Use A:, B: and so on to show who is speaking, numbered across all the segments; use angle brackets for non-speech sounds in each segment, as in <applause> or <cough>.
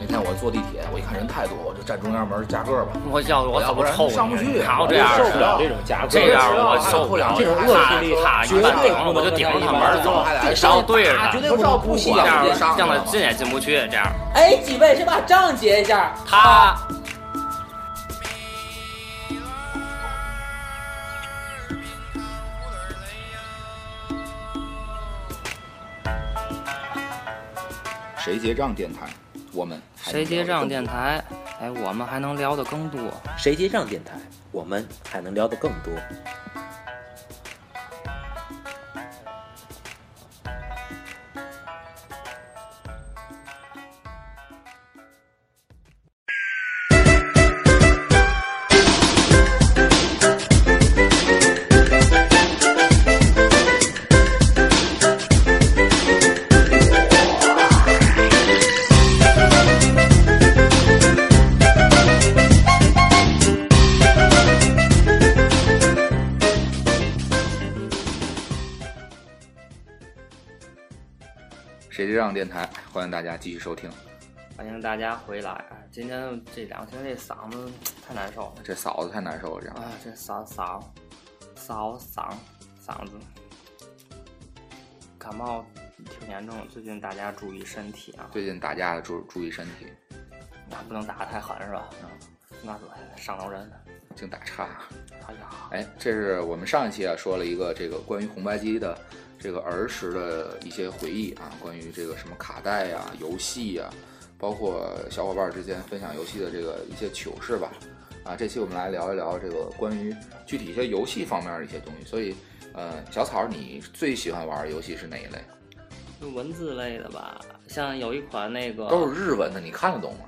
A: 那天我坐地铁，我一看人太多，我就站中央门夹个吧，
B: 我要我
A: 要
B: 怎
A: 不
B: 么
A: 然
B: 臭
A: 上不去
B: 然后这样
C: 受不
B: 的，
C: 了这种夹克
B: 这样我
A: 受
B: 受
A: 不
B: 不
A: 了
B: 了，
A: 这种
C: 恶势力
B: 他他
A: 绝
B: 一
A: 对
B: 半
A: 不
B: 顶
A: 能
B: 我就顶着他门
A: 在
B: 儿
A: 一
B: 走
D: 哎
A: 边儿，
B: 然后对着
A: 啊
B: 他
A: 绝，对
C: 不照顾
A: 不
C: 细
B: 这
C: 啊
B: 样
A: 让
B: 让他进也进不去，这样
D: 哎，几位先把账结一下。
B: 他。
A: 谁结账电台，我们还能
B: 谁结
A: 聊得
B: 账
A: 更
B: 电
A: 多？
B: 台？哎，我们还能聊得更多。
C: 谁接上电台，我们还能聊得更多。
A: 谁结账电台，欢迎大家继续收听。
B: 欢迎大家回来。哎今天这两天这嗓子哎太难受了，
A: 这嫂子太难受了，这样
B: 啊，这嗓嗓嗓嗓嗓子，感冒挺严重的，最近大家注意身体啊，
A: 最近打架注注意身体，
B: 那啊不能打得太狠是吧？
A: 啊，
B: 那可伤着人。
A: 净打岔。
B: 哎呀，
A: 哎，这是我们上一期啊说了一个这个关于红白机的这个儿时的一些回忆啊，关于这个什么卡带呀、游戏呀、包括小伙伴之间分享游戏的这个一些糗事吧。啊，这期我们来聊一聊这个关于具体一些游戏方面的一些东西。所以，呃，小草，你最喜欢玩的游戏是哪一类？
B: 就文字类的吧，像有一款那个
A: 都是日文的，你看得懂吗？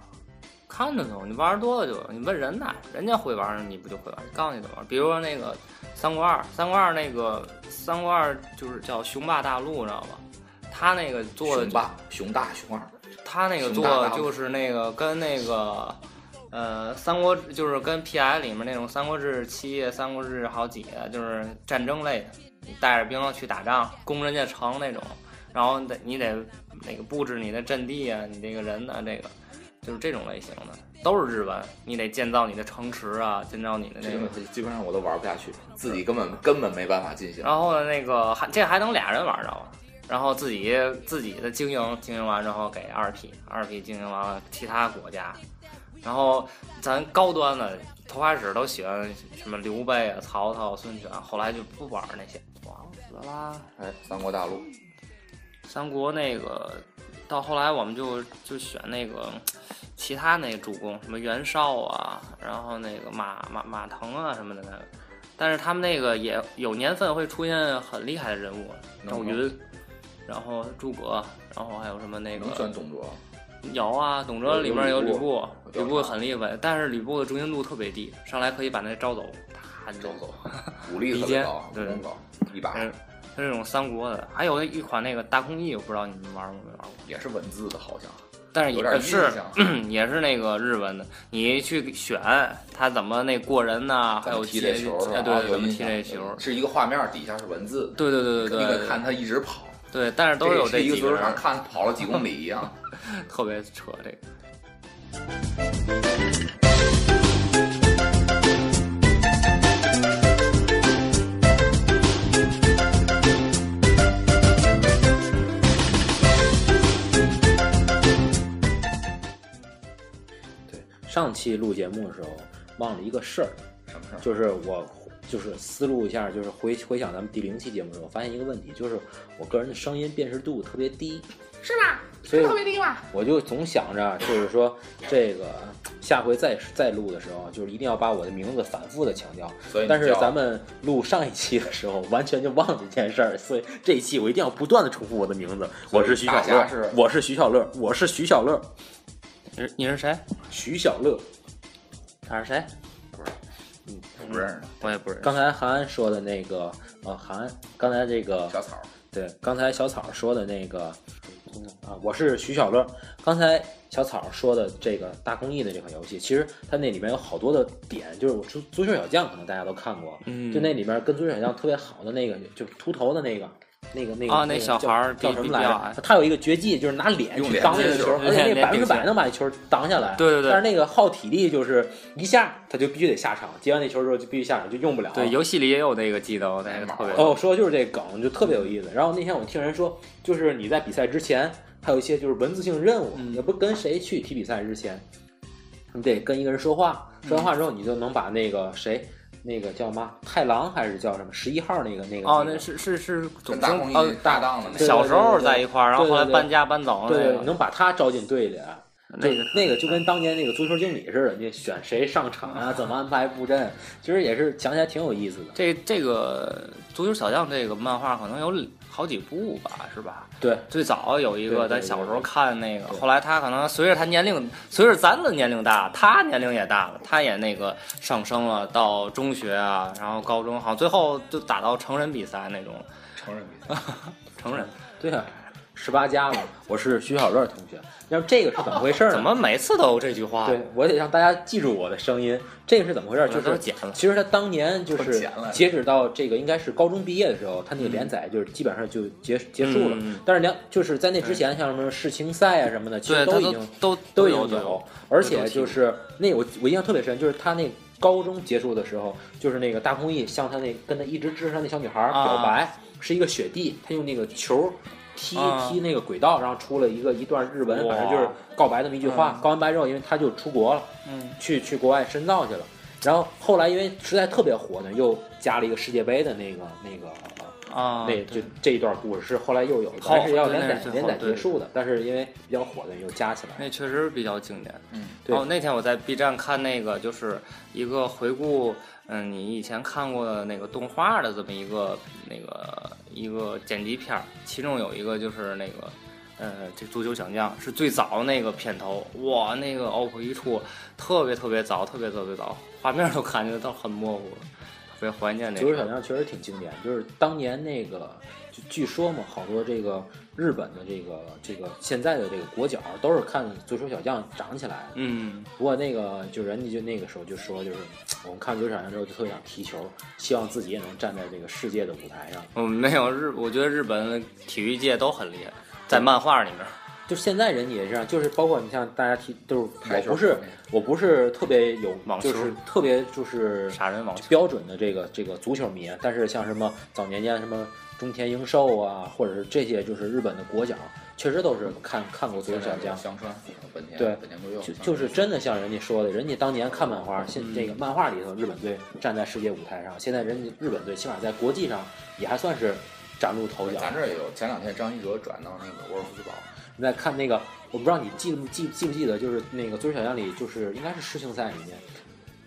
B: 看得懂，你玩儿多了就你问人呐，人家会玩儿你不就会玩儿？告诉你怎么玩儿，比如说那个三国二，三国二那个三国二就是叫雄霸大陆，知道吧？他那个做的
A: 熊，大、熊大、熊二，
B: 他那个
A: 雄
B: 做
A: 霸大陆
B: 的就是那个跟那个呃三国就是跟 PI 里面那种《三国志七》《三国志好几》就是战争类的，你带着兵去打仗，攻人家城那种，然后你得你得那个布置你的阵地啊，你这个人啊，这个就是这种类型的，都是日文，你得建造你的城池啊，建造你的
A: 这
B: 那个
A: 个。基本上我都玩不下去，自己根本根本没办法进行。
B: 然后那个还这还能俩人玩着吧，然后自己自己的经营经营完之后给二 P，二 P 经营完了其他国家，然后咱高端的头开始都喜欢什么刘备啊、曹操、孙权，后来就不玩那些王子啦、
A: 哎，三国大陆，
B: 三国那个，到后来我们就就选那个。其他那个主公，什么袁绍啊，然后那个马马马腾啊什么的那个，但是他们那个也有年份会出现很厉害的人物，赵云，然后诸葛，然后还有什么那
A: 能选
B: 个
A: 董卓？
B: 尧啊，董卓里面有吕布，
A: 有
B: 吕
A: 吕布
B: 布很厉害，但是吕布的忠心度特别低，上来可以把那招走，啪就
A: 周总，武力特
B: 比
A: 别
B: 肩
A: 高，武
B: 对
A: 功高，一把
B: 嗯，他这种三国的，还有一款那个大空翼，我不知道你们玩过没玩过，
A: 也是文字的，好像
B: 但是
A: 有点
B: 也
A: 印
B: 是
A: 象。
B: <clears throat> 也是那个日文的，你去选他怎么那过人呐，还
A: 怎
B: 有
A: 么踢这球是吧？
B: 哎对
A: 啊
B: 对，
A: 有
B: 怎么
A: 印
B: 踢
A: 象
B: 这球，
A: 是一个画面，底下是文字，
B: 对对对对
A: 你
B: 对
A: 得看他一直跑，
B: 对，但是都
A: 这
B: 有
A: 是
B: 这
A: 一个
B: 几
A: 足
B: 个
A: 球
B: 人
A: 场，看跑了几公里一样。
B: 特别扯这个。
C: 对，上期录节目的时候忘了一个事儿，
A: 什么事儿？
C: 就是我就是思路一下，就是回回想咱们第零期节目的时候，发现一个问题，就是我个人的声音辨识度特别低，
E: 是吧？
C: 所以
E: 特别低吧？
C: 我就总想着，就是说这个下回再再录的时候，就是一定要把我的名字反复的强调。
A: 所以你
C: 但是
A: 叫
C: 咱们录上一期的时候，完全就忘了这件事儿，所以这一期我一定要不断的重复我的名字。
A: 所以
C: 我是徐小
A: 大家
C: 乐，
A: 是
C: 我是徐小乐，我是徐小乐，
B: 你是你是谁？
C: 徐小乐。
B: 他是谁？嗯
A: 我嗯不认识
B: 我也不认识。
C: 刚才韩安说的那个，呃，韩安，刚才这个
A: 小草，
C: 对，刚才小草说的那个，嗯啊，我是徐小乐。刚才小草说的这个大公益的这款游戏，其实它那里面有好多的点，就是足足球小将可能大家都看过，
B: 嗯
C: 就那里面跟足球小将特别好的那个，就是秃头的那个，那个那个
B: 啊那
C: 那个
B: 小
C: 叫
B: 孩儿
C: 叫
B: 比
C: 什么
B: 比
C: 来
B: 较
C: 着
B: 矮？
C: 他有一个绝技，就是拿脸
A: 用
C: 去
A: 脸
C: 挡那
A: 接
C: 个
A: 球
C: 球，而且
B: 用
C: 那
B: 脸
C: 百分之
B: 顶球
C: 百能把那球挡下来。
B: 对对对
C: 但是那个耗体力，就是一下他就必须得下场，接完那球之后就必须下场，就用不了。
B: 对，游戏里也有那个技能，那个特别
C: 哦，我说的就是这个梗，就特别有意思。然后那天我听人说，就是你在比赛之前，还有一些就是文字性任务，
B: 嗯
C: 也不跟谁去踢比赛之前，你得跟一个人说话，
B: 嗯
C: 说完话之后，你就能把那个谁，那个叫嘛太郎还是叫什么十一号那个那个
B: 哦，那
C: 那个
B: 是是是总
A: 跟大公
B: 经
A: 益
B: 哦，
A: 搭档的那
C: 对
A: 个，
B: 小时候在一块儿，然后后来
C: 对对对
B: 搬家搬走了
C: 对
B: 那
C: 对，你
B: 个，
C: 能把他招进队里。就
B: 那个
C: 那个就跟当年那个足球经理似的，你选谁上场啊，怎么安排布阵，其实也是想起来挺有意思的。
B: 这这个足球小将这个漫画可能有好几部吧，是吧？
C: 对，
B: 最早有一
C: 对对
B: 个，
C: 对
B: 咱小时候看那个，
C: 对
B: 后来他可能随着他年龄，随着咱的年龄大，他年龄也大了，他也那个上升了，到中学啊，然后高中，好像最后就打到成人比赛那种
A: 成人比赛，
B: 成人。
C: 对啊，十八加嘛，我是徐小乐同学。然后这个是怎么回事呢？
B: 怎么每次都有这句话？
C: 对，我得让大家记住我的声音，这个是怎么回事？
B: 这
C: 就
B: 都是
C: 是
B: 嗯剪了。
C: 其实他当年就
A: 都
C: 是
A: 剪了
C: 截止到这个应该是高中毕业的时候，他那个连载就是基本上就结结束了
B: 嗯。
C: 但是两就是在那之前，像什么世青赛啊什么的，其实
B: 对，他
C: 已经
B: 都
C: 都
B: 都
C: 已经
B: 都有
C: 有，而且就是那我我印象特别深，就是他那高中结束的时候，就是那个大空翼向他那跟他一直支持他那小女孩
B: 啊
C: 儿表白，是一个雪地，他用那个球。踢
B: 啊
C: 踢那个轨道，然后出了一个一段日文，
B: 哇
C: 反正就是告白那么一句话。告完白之后，因为他就出国了，
B: 嗯，
C: 去去国外深造去了。然后后来因为实在特别火呢，又加了一个世界杯的那个那个
B: 啊，
C: 那就这一段故事是后来又有的，
B: 后
C: 但是要
B: 对
C: 连
B: 那
C: 载
B: 是最后
C: 连载
B: 对
C: 结束的，但是因为比较火的又加起来了。
B: 那确实比较经典。
A: 嗯，
C: 对
B: 哦，那天我在 B 站看那个，就是一个回顾，嗯，你以前看过的那个动画的这么一个那个一个剪辑片儿，其中有一个就是那个。呃，这足球小将是最早那个片头，哇，那个 OPPO 一出，特别特别早，特别特别早，画面都感觉到很模糊了，特别怀念那
C: 足球小
B: 个。
C: 将确实挺经典，就是当年那个，就据说嘛，好多这个日本的这个这个现在的这个国脚都是看足球小将长起来的。
B: 嗯，
C: 不过那个就人家就那个时候就说，就是我们看足球小将之后就特别想踢球，希望自己也能站在这个世界的舞台上。
B: 我没有日，我觉得日本体育界都很厉害，在漫画里面，
C: 就现在人也是这样，就是包括你像大家踢，就是我
A: 排球
C: 不是我不是特别有
B: 网，球
C: 就是特别就是
B: 杀人网球。
C: 标准的这个这个足球迷，啊但是像什么早年间什么中田英寿啊，或者是这些就是日本的国脚，确实都是看看过足球小将。
A: 香川，本田，
C: 对
A: 本田圭佑，
C: 就就是真的像人家说的，人家当年看漫画，现这个漫画里头日本队站在世界舞台上，现在人家日本队起码在国际上也还算是崭露头角。
A: 咱这儿也有，前两天张一哲转到那个沃尔夫斯堡，
C: 你再看那个，我不知道你记不记记不记得，就是那个足球小将里，就是应该是世青赛里面，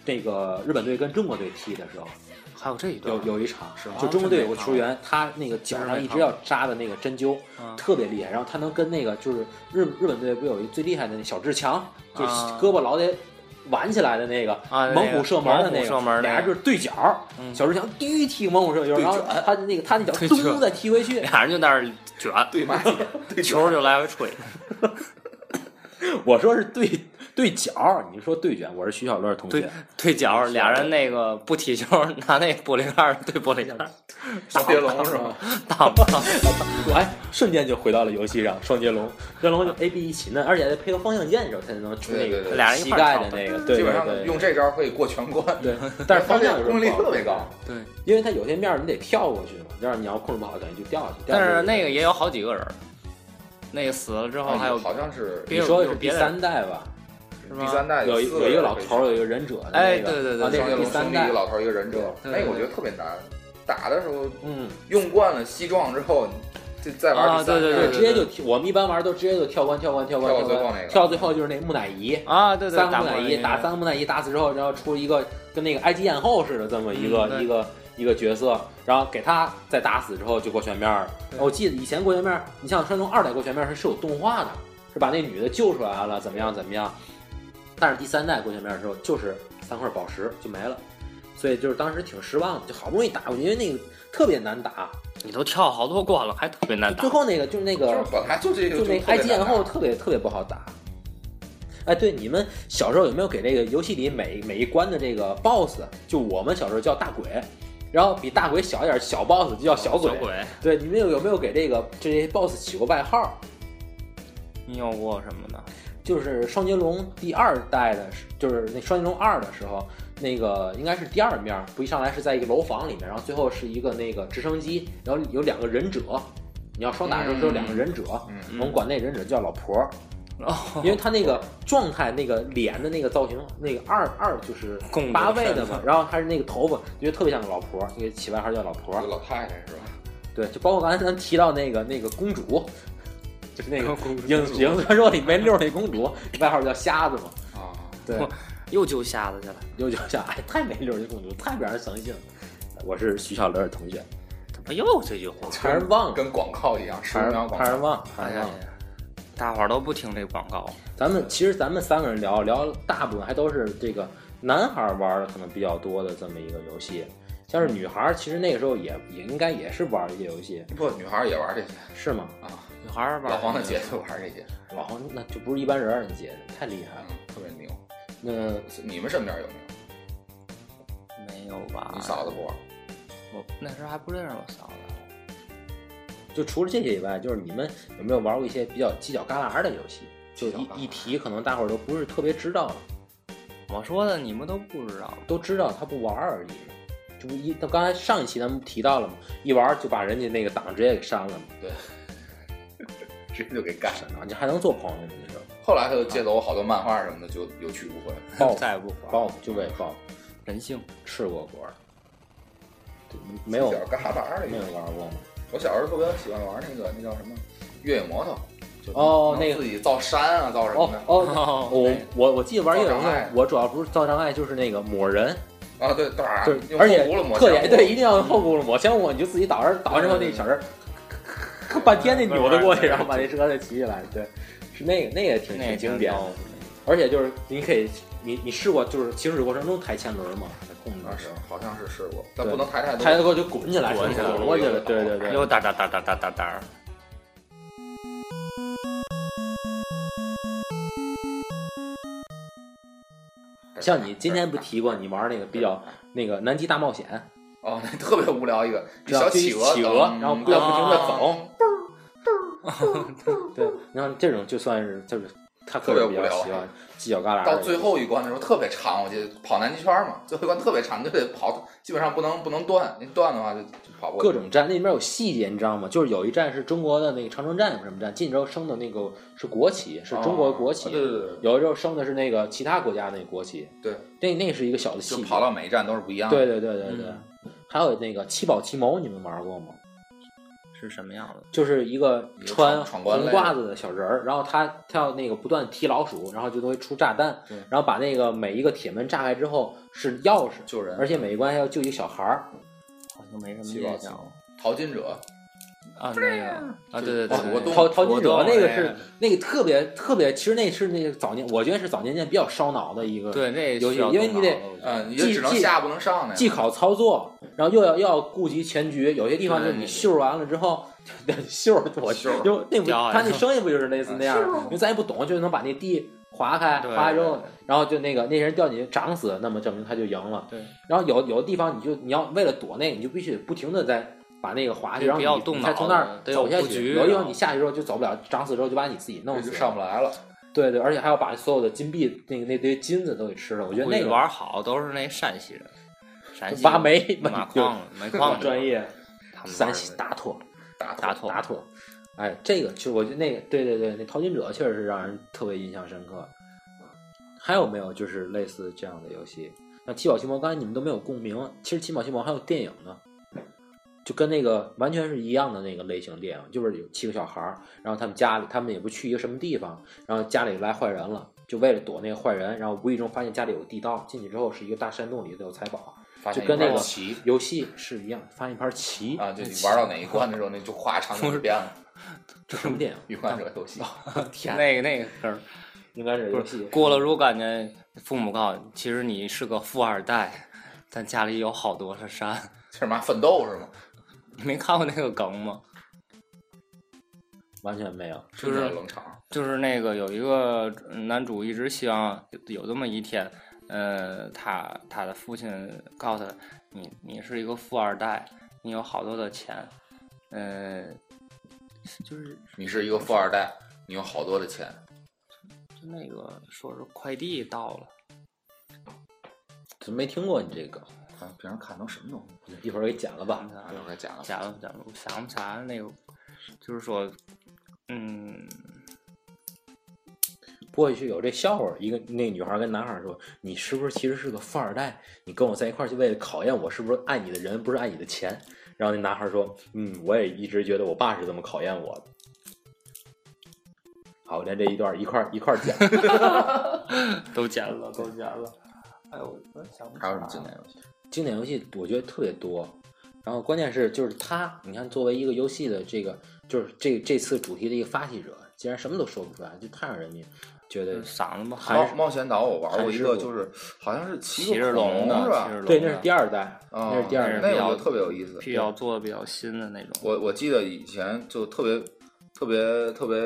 C: 这个日本队跟中国队踢的时候，
B: 还有这一段
C: 有有一场
B: 是吗
C: 就中国队有个球员，他那个脚上一直要扎的那个针灸，
B: 嗯
C: 特别厉害。然后他能跟那个就是日日本队不有一最厉害的那小志强，就是
B: 啊
C: 胳膊老得挽起来的那个
B: 啊那个
C: 猛虎射门的
B: 猛
C: 那
B: 虎
C: 个
B: 射，门那个
C: 俩人就是对角。
B: 嗯
C: 小志强第一踢猛虎射门，然后他那个他那脚
B: <laughs> 对角
C: 咚再踢
B: <laughs>
C: 回去，
B: 俩人就在那儿卷，
A: 对骂街，对
B: <laughs> 球就来回吹。
C: 我说是对对角，你说对角，我是徐小乐同学
B: 对。对角，俩人那个不踢球，拿那玻璃盖儿对玻璃盖儿
A: 双截龙是吗？
B: 打不到。
C: 我还哎瞬间就回到了游戏上，双截龙，双截龙就 A B 一起摁，而且还得配合方向键的时候才能出那
A: 对对
C: 个
A: 对
B: 俩人
C: 膝
B: 一块儿
C: 盖
B: 跳
C: 的
B: 的
C: 那个，对
A: 基本
C: 对对
A: 上用这招可以过全关，
C: <laughs> 对，但是方向有时候
A: 功力
C: 不好
A: 特别高，
B: 对，
C: 因为它有些面儿你得跳过去嘛，要是你要控制不好，可能就掉下去。掉
B: 但
C: 下去
B: 是那个也有好几个人，那个死了之后还有
A: 哦好像是
B: 别
C: 你说的
B: 有有
C: 是第
B: 别的
C: 三代吧？
B: 是吗
A: 第三代
C: 有一
A: 四
C: 有一个老头儿，有
A: 人
C: 一个忍者的那个，
B: 哎对对对
C: 啊
A: 可以
C: 那
A: 双截
C: 是第
A: 龙
C: 三
A: 兄弟，一
C: 代
A: 个。老头儿，一个忍者，
B: 对
A: 那个我觉得特别难，打的时候
C: 嗯，
A: 用惯了西撞之后，就再玩
B: 啊
A: 第三代
B: 对对
C: 对，
B: 对
C: 直接就跳我们一般玩儿都直接就跳关跳关跳关
A: 跳到最后
C: 关
A: 那个
C: 跳到最后就是那木乃伊，
B: 啊，对对，
C: 三个
B: 打
C: 木乃
B: 过来
C: 伊
B: 那
C: 打
B: 个
C: 三个木乃伊打死之后，然后出一个跟那个埃及艳后似的这么一个、
B: 嗯对
C: 一个一个角色，然后给他再打死之后就过全面儿了。
B: 对
C: 我记得以前过全面儿，你像山东二代过全面儿是是有动画的，是把那女的救出来了，怎么样怎么样。但是第三代过全面儿的时候就是三块宝石就没了，所以就是当时挺失望的，就好不容易打过去，因为那个特别难打，
B: 你都跳好多关了，还特别难打
C: 最。后那个就是那
A: 就
C: 个
A: 是本来就这个
C: 就那
A: 特别
C: 埃及
A: 难
C: 艳
A: 打
C: 后特别特别不好打。哎，对，你们小时候有没有给这个游戏里每每一关的这个 BOSS，就我们小时候叫大鬼，然后比大鬼小一点，小 boss 就叫小
A: 哦
C: 鬼。
B: 小鬼，
C: 对，你们有有没有给这个这些 boss 起过外号？
B: 你有过什么的？
C: 就是双截龙第二代的时，就是那双截龙二的时候，那个应该是第二面，不一上来是在一个楼房里面，然后最后是一个那个直升机，然后有两个忍者，你要双打的时候只有两个忍者，
A: 嗯
C: 我们管那忍者叫老婆儿，
B: 哦，
C: 因为他那个状态、那个脸的那个造型，那个二二就是
B: 共八
C: 八
B: <laughs>
C: 位的嘛，然后他是那个头发，觉得特别像个老婆儿，那个起外号叫老婆
A: 这
C: 儿
A: 个。老太太是吧？
C: 对，就包括刚才咱提到那个那个公主，就是那个
B: <laughs> 公主
C: 《影影子传说》里没溜儿那公主，外号叫瞎子嘛。
A: 啊，
C: <laughs> 对，
B: 又揪瞎子去了。
C: 有奖项，哎，太没溜儿的公主，太不让人相信了。我是徐小乐的同 <laughs> 学，
B: 怎么又这句话？
C: 差点忘了，
A: 跟广告一样，十
C: 差
A: 五
C: 点
A: 秒广
C: 差
A: 告。
C: 点忘了，差
B: 哎
C: 点
B: 呀
C: 忘了。，
B: 大伙儿都不听这广告。
C: 咱们其实咱们三个人聊聊，大部分还都是这个男孩玩的可能比较多的这么一个游戏。像是女孩儿，其实那个时候也也应该也是玩一些游戏，
A: 不，女孩儿也玩这些
C: 是吗？
A: 啊，
B: 女孩儿吧，
A: 老黄的姐就玩这些，
C: 老黄那就不是一般人儿，你姐太厉害
A: 嗯
C: 了。，
A: 特别牛。
C: 那
A: 你们身边有没有？
B: 没有吧？
A: 你嫂子不玩？
B: 我那时候还不认识我嫂子。
C: 就除了这些以外，就是你们有没有玩过一些比较犄角旮旯的游戏？就
A: 犄角旮旯
C: 一一提，可能大伙儿都不是特别知道的。
B: 我说的你们都不知道。
C: 都知道他不玩儿而已嘛。这不一，他刚才上一期咱们提到了嘛，一玩儿就把人家那个档直接给删了嘛，
A: 直接就给干了。
C: 删了，你还能做朋友呢？
A: <laughs>
C: 你说
A: 后来他就借走我好多漫画什么的，就有去无回。
C: 报
B: 再也不玩
C: 报就为报
B: 人性，
C: 吃过果儿，对没有
A: 小干哈巴儿的一
C: 没有
A: 个。
C: 玩过吗？
A: 我小时候特别喜欢玩那个，那叫什么越野摩托，就
C: 哦
A: 能
C: 那个
A: 自己造山啊，造什么
C: 哦
A: 的。
C: 哦，我
B: 哦，
C: 我我记得玩儿越野
A: 造障碍
C: 龙，我主要不是造障碍，就是那个抹人，
A: 啊，对，当然
C: 哦对，
A: 用
C: 而且
A: 后轱辘抹
C: 特
A: 香
C: 点
A: 菇
C: 对，一定要用后轱辘抹香我你就自己倒着倒完之后，那小人咔半天那扭着过去，然后把那车再骑起来，对，是那个那个挺
B: 那
C: 挺经典的。而且就是你可以，你你试过就是行驶过程中抬前轮吗？在控制
A: 啊
C: 的时
A: 是
C: 候，
A: 好像是试过，但
C: 对
A: 不能抬太多。
C: 抬得过就滚起来，
B: 滚起来
C: 滚过去了。对对对，
B: 又哒哒哒哒哒哒哒。
C: 像你今天不提过你玩那个比较那个南极大冒险，
A: 哦，那特别无聊
C: <laughs>
A: 一个一
C: 知道
A: 小
C: 就一
A: 企鹅，嗯
C: 企鹅
A: 噔
C: 然后不要不啊停的走，
A: 噔
C: 对，然后这种就算是就是他
A: 特
C: 个
A: 别
C: 人比较
A: 无聊
C: 喜欢犄角旮旯的。
A: 到最后一关的时候特别长，我记得跑南极圈嘛，最后一关特别长，你就得跑，基本上不能不能断，你断的话就就跑不过去。
C: 各种站，那里面有细节，你知道吗？就是有一站是中国的那个长城站，有什么站？进去之后升的那个是国旗，是中国国旗。
A: 哦对对对对，
C: 有的时候升的是那个其他国家那个国旗。
A: 对，
C: 那那是一个小的细
A: 就
C: 节。
A: 跑到每一站都是不一样的。
C: 对对对对对。
B: 嗯
C: 还有那个七宝奇谋，你们玩过吗？
B: 是什么样的？
C: 就是一个
A: 一个
C: 穿
A: 闯闯关
C: 红
A: 类
C: 褂子的小人儿，然后他他要那个不断踢老鼠，然后就都会出炸弹
A: 对，
C: 然后把那个每一个铁门炸开之后是钥匙，
A: 救人，
C: 而且每一关还要救一个小孩儿。
B: 好像没什么
A: 七宝
B: 印
A: 七
B: 象
A: 宝淘金者，
B: 啊。那个啊，对对对，
A: 活动
C: 淘淘金者
B: 活动
C: 那个
B: 哎
C: 是那个特别特别，其实那是那个早年，我觉得是早年间比较烧脑的一个，，
B: 对那
C: 游戏
B: 需要
C: 因为
B: 动
C: 你得
B: 脑的我觉得
A: 嗯，你就只能
C: 既
A: 下不能上那个。
C: 既考操作，然后又要又要顾及全局，有些地方就是
B: 对
C: 你秀完了之后， <laughs> 秀儿我
A: 秀儿
C: 就那不
B: 掉下
C: 他
B: 来
C: 那声音不就是类似那样
A: 嗯秀
C: 的
A: 儿，
C: 因为咱也不懂，就能把那地划开，
B: 对
C: 划开之
B: 对
C: 后
B: 对，
C: 然后就那个那人掉进去长死，那么证明他就赢了。
B: 对，
C: 然后有有的地方你就你要为了躲那个，你就必须得不停的在。把那个划下去，
B: 就
C: 然后
B: 不
C: 你
B: 要动
C: 你才
B: 脑
C: 从那儿
B: 子得有
C: 走下
B: 布
C: 去。
B: 局啊
C: 有的地
B: 然
C: 方
B: 后
C: 你下去之后就走不了，长死之后就把你自己弄
A: 这
C: 死
A: 就。上不来
C: <laughs>
A: 了，
C: 对对，而且还要把所有的金币那个那堆金子都给吃了。我觉得
B: 估
C: 那
B: 计
C: 个
B: 玩好都是那陕西人，陕西
C: 挖煤
B: 挖
C: <laughs>
B: 矿煤
C: 哇
B: 矿
C: 专，业，
B: 他们
C: 山西
B: 打
C: 大拓
A: 打
B: 打
A: 打
B: 土
C: 大拓，哎，这个其实我觉得那个对对对，那淘金者确实是让人特别印象深刻。嗯还有没有就是类似这样的游戏？像七宝奇谋，刚才你们都没有共鸣。其实七宝奇谋还有电影呢，就跟那个完全是一样的那个类型电影，就是有七个小孩儿，然后他们家里他们也不去一个什么地方，然后家里来坏人了，就为了躲那个坏人，然后无意中发现家里有地道，进去之后是一个大山洞里头有财宝。
A: 发现
C: 就跟那个
A: 一盘棋
C: 游戏是一样，发现一盘棋
A: 啊，就你玩到哪一关的时候，那就
C: <laughs>
A: 跨场景就变了，
C: 这什
B: <laughs>
C: 么电影？
A: 《勇敢者游
C: <laughs>
A: 戏》
C: 天
B: 那个那个
C: 应该是游
B: 不
C: 戏
B: 是过了，如果感觉父母告诉你，其实你是个富二代，但家里有好多的山。
A: 这是嘛奋斗是吗？
B: 你没看过那个梗吗？
C: 完全没有。
B: 就
A: 真
B: 是
A: 的冷场，
B: 就是那个有一个男主一直希望有有这么一天，呃，他他的父亲告诉他，你你是一个富二代，你有好多的钱，嗯、就是
A: 你是一个富二代，你有好多的钱，
B: 就那个说是快递到了，
C: 怎么没听过你这个？
A: 看平时看都什么东西？
C: 一会儿给剪了吧。
A: 不要再讲了。
B: 假如假如想不起来那个，就是说，
A: <laughs>
B: 嗯，
C: 不过就有这笑话儿，一个那个女孩跟男孩儿说：“你是不是其实是个富二代？你跟我在一块儿就为了考验我是不是爱你的人，不是爱你的钱。”然后那男孩儿说：“嗯，我也一直觉得我爸是这么考验我的。”好，连这一段儿一块儿一块儿讲。
B: 都剪了，都剪了。哎呦，我真想不起
A: 还有什么
B: 来
A: 经典
B: 了
A: 游戏？
C: <laughs> 经典游戏我觉得特别多，然后关键是就是他，你看作为一个游戏的这个就是这这次主题的一个发起者，竟然什么都说不出来，就太让人家觉得
B: 嗓子不好。
C: 还是
A: 冒冒险岛我玩过一个，
C: 还是
A: 就是好像是骑
B: 骑着
A: 个恐
B: 龙
A: 龙是
B: 的，骑
A: 吧
B: 着？龙
C: 对，
B: 的
C: 那是第二代，
A: 啊
C: 那是第二代。
A: 那个我觉得特别有意思。
B: 比较做的比较新的那种。
A: 我我记得以前就特别特别特别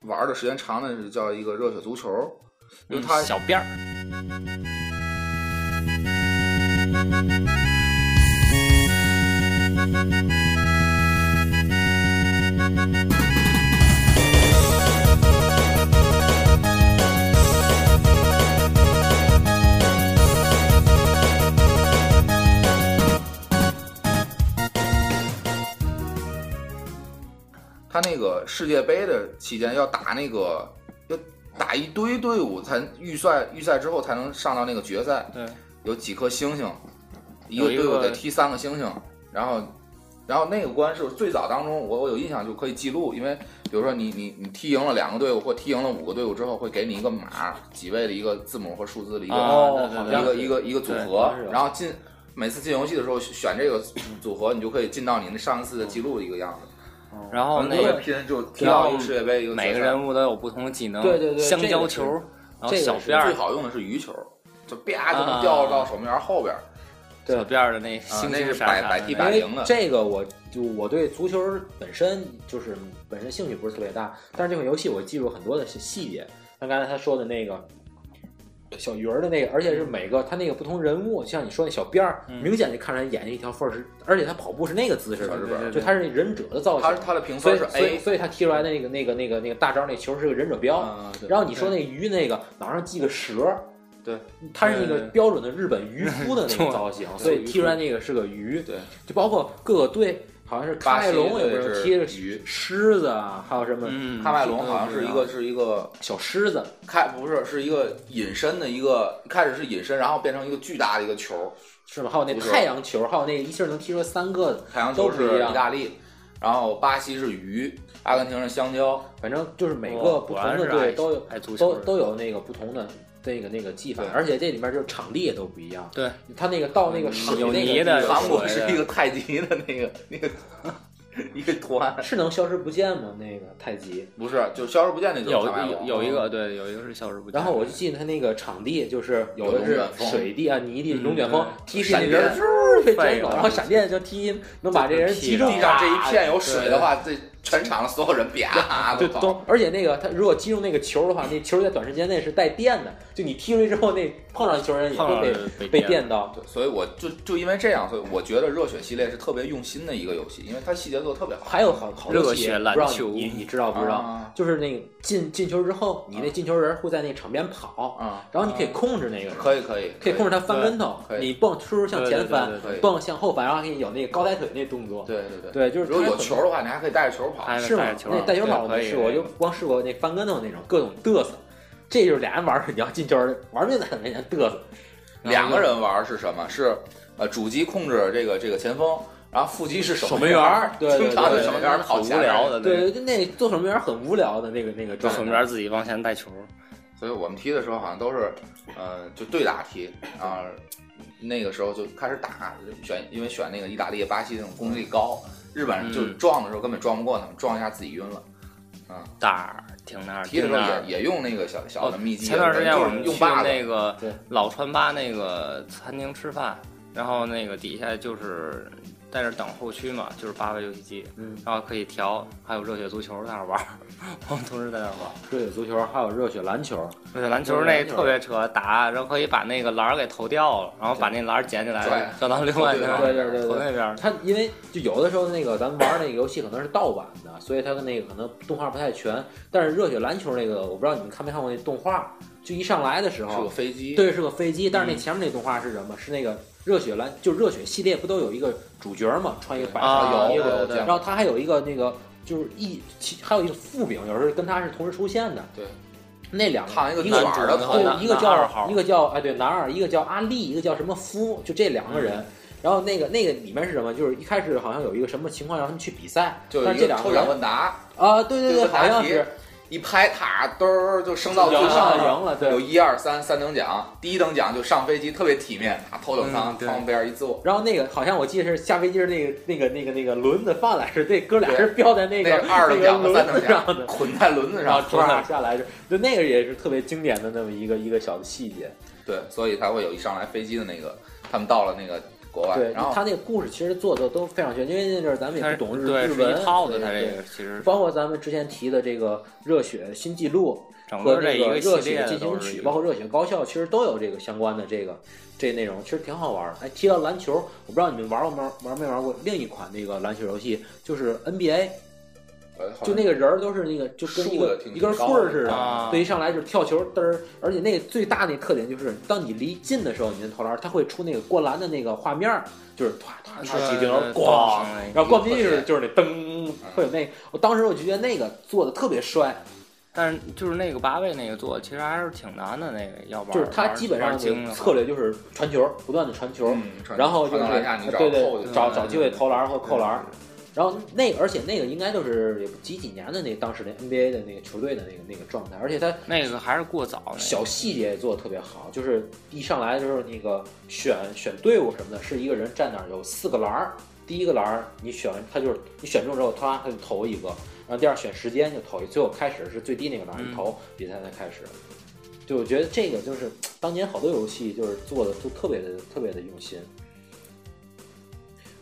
A: 玩的时间长的是叫一个热血足球，因为
B: 嗯
A: 它
B: 小辫儿，
A: 他那个世界杯的期间要打那个要打一堆队伍才预赛，预赛之后才能上到那个决赛。
B: 对，
A: 有几颗星星，一个
B: 有一
A: 队伍
B: 个
A: 得踢三个星星，然后。然后那个关是最早当中我，我有印象就可以记录，因为比如说你你你踢赢了两个队伍或踢赢了五个队伍之后，会给你一个码几位的一个字母或数字的一个、
B: 哦
C: 好
A: 一
C: 像
A: 个一个一个组
B: 对
A: 合
C: 好像是，有
A: 然后进每次进游戏的时候选这个组合，你就可以进到你那上一次的记录的一个样子。
B: 然后哦那
A: 特
B: 个
A: 别拼，就踢到一个世界杯，一个
B: 每
A: 决
B: 个
A: 赛
B: 人物都有不同的技能，
C: 对对对
B: 香
C: 这个
B: 蕉
C: 是
B: 球，然后
C: 这个
B: 小
C: 是
B: 辫
A: 最
B: 儿，
A: 好用的是鱼球，就啪就能掉到守门员后边儿。
C: 对
B: 小辫儿的那
C: 嗯
A: 啊
B: 星
A: 那
B: 星
A: 是
B: 闪
A: 百
B: 闪
A: 百
B: 的
A: 踢
B: 那
A: 百
B: 个
A: 打
C: 因为
A: 赢了
C: 这个我就我对足球本身就是本身兴趣不是特别大，但是这款游戏我记住很多的细细节，像刚才他说的那个。小鱼儿的那个，而且是每个他那个不同人物，像你说那小辫儿，
B: 嗯
C: 明显就看出来眼睛一条缝儿是，而且他跑步是那个姿势
A: 小
C: 的
A: 日，
B: 对对
A: 本，
C: 就他是那忍者的造
A: 他
C: 型，
A: 他的评
C: 所以
A: 分是
C: 所以
A: A。
C: 所以他踢出来的那个那个那个那个大招那球是个忍者标，
A: 嗯，对
C: 然后你说那鱼那个脑上系个蛇，
A: 对，
C: 它是那
B: 对
C: 个
B: 对对
C: 标准的日本渔夫的那
B: 对
C: 个造
B: <laughs>
C: 型，所以踢出来那个是个鱼。
A: 对，
C: 就包括各个队，好像是喀麦隆有没
A: 巴
C: 有
A: 西
C: 踢
A: 队
C: 着
A: 是鱼
C: 狮子啊，还有什么
B: 嗯，
A: 喀麦隆好像是一个是一个
C: 小狮子，
A: 开不是是一个隐身的一个，开始是隐身，然后变成一个巨大的一个球。
C: 是吧？还有那
A: 不是
C: 太阳球，还有那个一气儿能踢出来三个的，
A: 太阳
C: 都
A: 球
C: 不一
A: 是
C: 样
A: 意大利，然后巴西是鱼，阿根廷是香蕉。
C: 反正就是每个
B: 哇
C: 不
B: 果然
C: 同的
B: 是
C: 队
B: 爱
C: 都有
B: 爱足球
C: 都
B: 人
C: 都有那个不同的那个那个技法
A: 对，
C: 而且这里面就是场地也都不一样。
B: 对，嗯
C: 它那个到那个水
B: 有
C: 那
B: 泥
C: 个
B: 的
A: 韩国是一个太极的那个那个 <laughs> 一个图案，
C: 是能消失不见吗？那个太极。
A: 不是就消失不见那种。
B: 有
A: 喀麦
B: 有
A: 隆
B: 有一个对，有一个是小时不见。
C: 然后我就记得他那个场地，就是有
A: 有
C: 的
A: 龙
C: 是
A: 卷风
C: 水地啊、泥地、
B: 嗯
C: 龙卷风，踢进去
A: 闪电
C: 人嗖被
B: 废
C: 卷
B: 了
C: 走，然后闪电就踢，能把这人击中。
A: 地上这一片有
C: 啊
A: 水的话，这全场的所有人啪
C: 对
A: 都
C: 对，而且那个他如果击中那个球的话，那球在短时间内是带电的，就你踢出去之后，那碰上球人也
B: 碰上
C: 会
B: 了
C: 被
B: 被
C: 被
B: 电
C: 电到。
A: 对，所以我就就因为这样，所以我觉得热血系列是特别用心的一个游戏，因为它细节做得特别好。
C: 还有好好多
B: 热
C: 企
B: 血
C: 业，不
B: 篮
C: 知道
B: 球
C: 你你知道不知道？
A: 啊
C: 就是那个进进球之后，你那进球人会在那场边跑，
A: 啊，
C: 然后你可以控制那个人，
A: 可以可以
C: 可以控制他翻
B: 对
C: 跟头
A: 可，以
C: 你蹦出向前翻
B: 对，
A: 可以。
C: 蹦向后翻，然后给你有那个高抬腿那动作。
A: 对对对，
C: 对，就是
A: 如果有
C: 它很哎
A: 球的话，你还可以带着球跑。
B: 还
C: 是吗
B: 带？球
C: 那带球跑我没
B: 对
C: 试
B: 可以
C: 过，我就光试过那翻跟头那种，各种嘚瑟。这就是俩人玩儿，你要进球儿，玩命在他面前嘚瑟。
A: 两个人玩是什么？是呃主击控制这个这个前锋，然后副击是守
C: 守门员
A: 员
C: 儿，对对
A: 经常是
C: 对
A: 守门员
B: 好
A: 跑
B: 无
A: 前
B: 聊
A: 面
B: 的，那
C: 对，就那做守门员很无聊的那个那个
B: 个，
C: 状
B: 守门
C: 态。
B: 员自己往前带球，
A: 所以我们踢的时候好像都是，呃，就对打踢，然后那个时候就开始打，就选因为选那个意大利、巴西那种攻击力高，日本人就
B: 嗯
A: 撞的时候根本撞不过他们，撞一下自己晕了。
B: 那儿停那儿，
A: 踢的
B: 停
A: 时
B: 那
A: 候
B: 儿。
A: 也也用那个小小的秘籍，
B: 啊前段时间我
A: 就是
B: 们
A: 用
B: 去
A: 把子，
B: 那个
C: 对
B: 老川吧那个餐厅吃饭，然后那个底下就是在这等后驱嘛，就是八百六几 G，
C: 嗯，
B: 然后可以调，还有热血足球在那儿玩 <laughs> 儿，我们同事在那儿玩儿。
C: 热血足球还有热血篮球，
B: 热血篮球那特别扯，打然后可以把那个篮儿给投掉了，然后把那篮儿捡起来
A: 对，
B: 跳到另外一边
C: 对对对对
B: 投那边儿。
C: 它因为就有的时候那个咱们玩那个游戏可能是盗版的，所以它的那个可能动画不太全。但是热血篮球那个，我不知道你们看没看过那动画，就一上来的时
A: 是个
C: 候，
A: 飞机，
C: 对，是个飞机，但是
A: 嗯
C: 那前面那动画是什么？是那个热血篮，就热血系列不都有一个主角嘛，穿一个白色
B: 啊
C: 的
A: 有
C: 衣
A: 有
C: 服，
A: 有
B: 对对
A: 这
C: 然
A: 样，
C: 后他还有一个那个就是一，其还有一个副饼，有时候跟他是同时出现的。
A: 对，
C: 那两
A: 烫一个
C: 一
A: 卷
C: 个
A: 儿的头
B: 男
C: 对，一个
B: 男二
C: 叫
B: 号
C: 一个叫哎对男二，一个叫阿丽，一个叫什么夫，就这两个人。
A: 嗯
C: 然后那个那个里面是什么？就是一开始好像有一个什么情况让他们去比赛，
A: 就有
C: 但
A: 一
C: 是
A: 个
C: 这两个
A: 抽
C: 人
A: 奖问答，
C: 啊，对对
A: 有
C: 对，
A: 个答
C: 好像
A: 题
C: 是
A: 一拍塔，嘚儿就升到啊最
C: 赢
A: 上
C: 了
A: 面。
C: 赢了，
A: 有
C: 对。
A: 一二三三等奖，第一等奖就上飞机，特别体面，啊拿头等
B: 嗯
A: 舱
B: 对
A: 往边一坐，
C: 然后那个好像我记得是下飞机是那个那个那个那个轮子放来是这哥俩是标在那
A: 那
C: 个
A: 是二等奖和
C: 那个
A: 三
C: 轮
A: 等
C: 子上
A: 奖
C: 的，啊
A: 捆在轮子
C: 然后
A: 上。
C: 唰下来就，就那个也是特别经典的那么一个一个小的细节。
A: 对，所以才会有一上来飞机的那个，他们到了那个国外，
C: 对，
A: 然后
C: 他那个故事其实做的都非常全，因为那阵儿咱们也不懂日
B: 对
C: 日
B: 是
C: 文
B: 一套的，
C: 对
B: 它这
C: 对
B: 个其实
C: 包括咱们之前提的这个热血新纪录
B: 整
C: 和
B: 个这
C: 这
B: 一个系
C: 热
B: 列
C: 血
B: 的
C: 进
B: 都
C: 行
B: 是一
C: 曲，
B: 个
C: 包括热血高校，其实都有这个相关的这个这内容，其实挺好玩儿。哎，提到篮球，我不知道你们玩过没玩没玩过另一款那个篮球游戏，就是 NBA，
A: 呃好像
C: 就那个人儿都是那个就跟一
A: 竖的
C: 个
A: 挺
C: 一根棍儿似的，
B: 啊
C: 对，一上来就是跳球嘚儿，而且那个最大那特点就是，当你离近的时候，你的投篮它会出那个灌篮的那个画面儿，就是唰唰唰几
B: 对
C: 球
B: 对对
C: 咣，然后灌进去
A: 特
C: 是
A: 写
C: 就是那噔，会有那个，我当时我就觉得那个做的特别帅，
B: 但是就是那个八位那个做，其实还是挺难的。那个要玩，
C: 就是他基本上
B: 玩精
C: 的
B: 了啊
C: 策略就是传球，不断的传球，
A: 嗯传
C: 然后就
A: 传
C: 是
A: 到篮下，你找
C: 对
A: 扣
C: 对
A: 就
C: 找
A: 行
C: 找机会投篮或扣篮。
B: 啊对
C: 然后那而且那个应该就是也不几几年的那当时那 NBA 的那个球队的那个那个状态，而且他
B: 那个还是过早。那个
C: 小细节做的特别好，就是一上来就是那个选选队伍什么的，是一个人站那儿有四个篮儿，第一个篮儿你选完他就是你选中之后，他他就投一个，然后第二选时间就投一，最后开始是最低那个篮儿
B: 嗯
C: 一投，比赛才开始。就我觉得这个就是当年好多游戏就是做的都特别的特别的用心。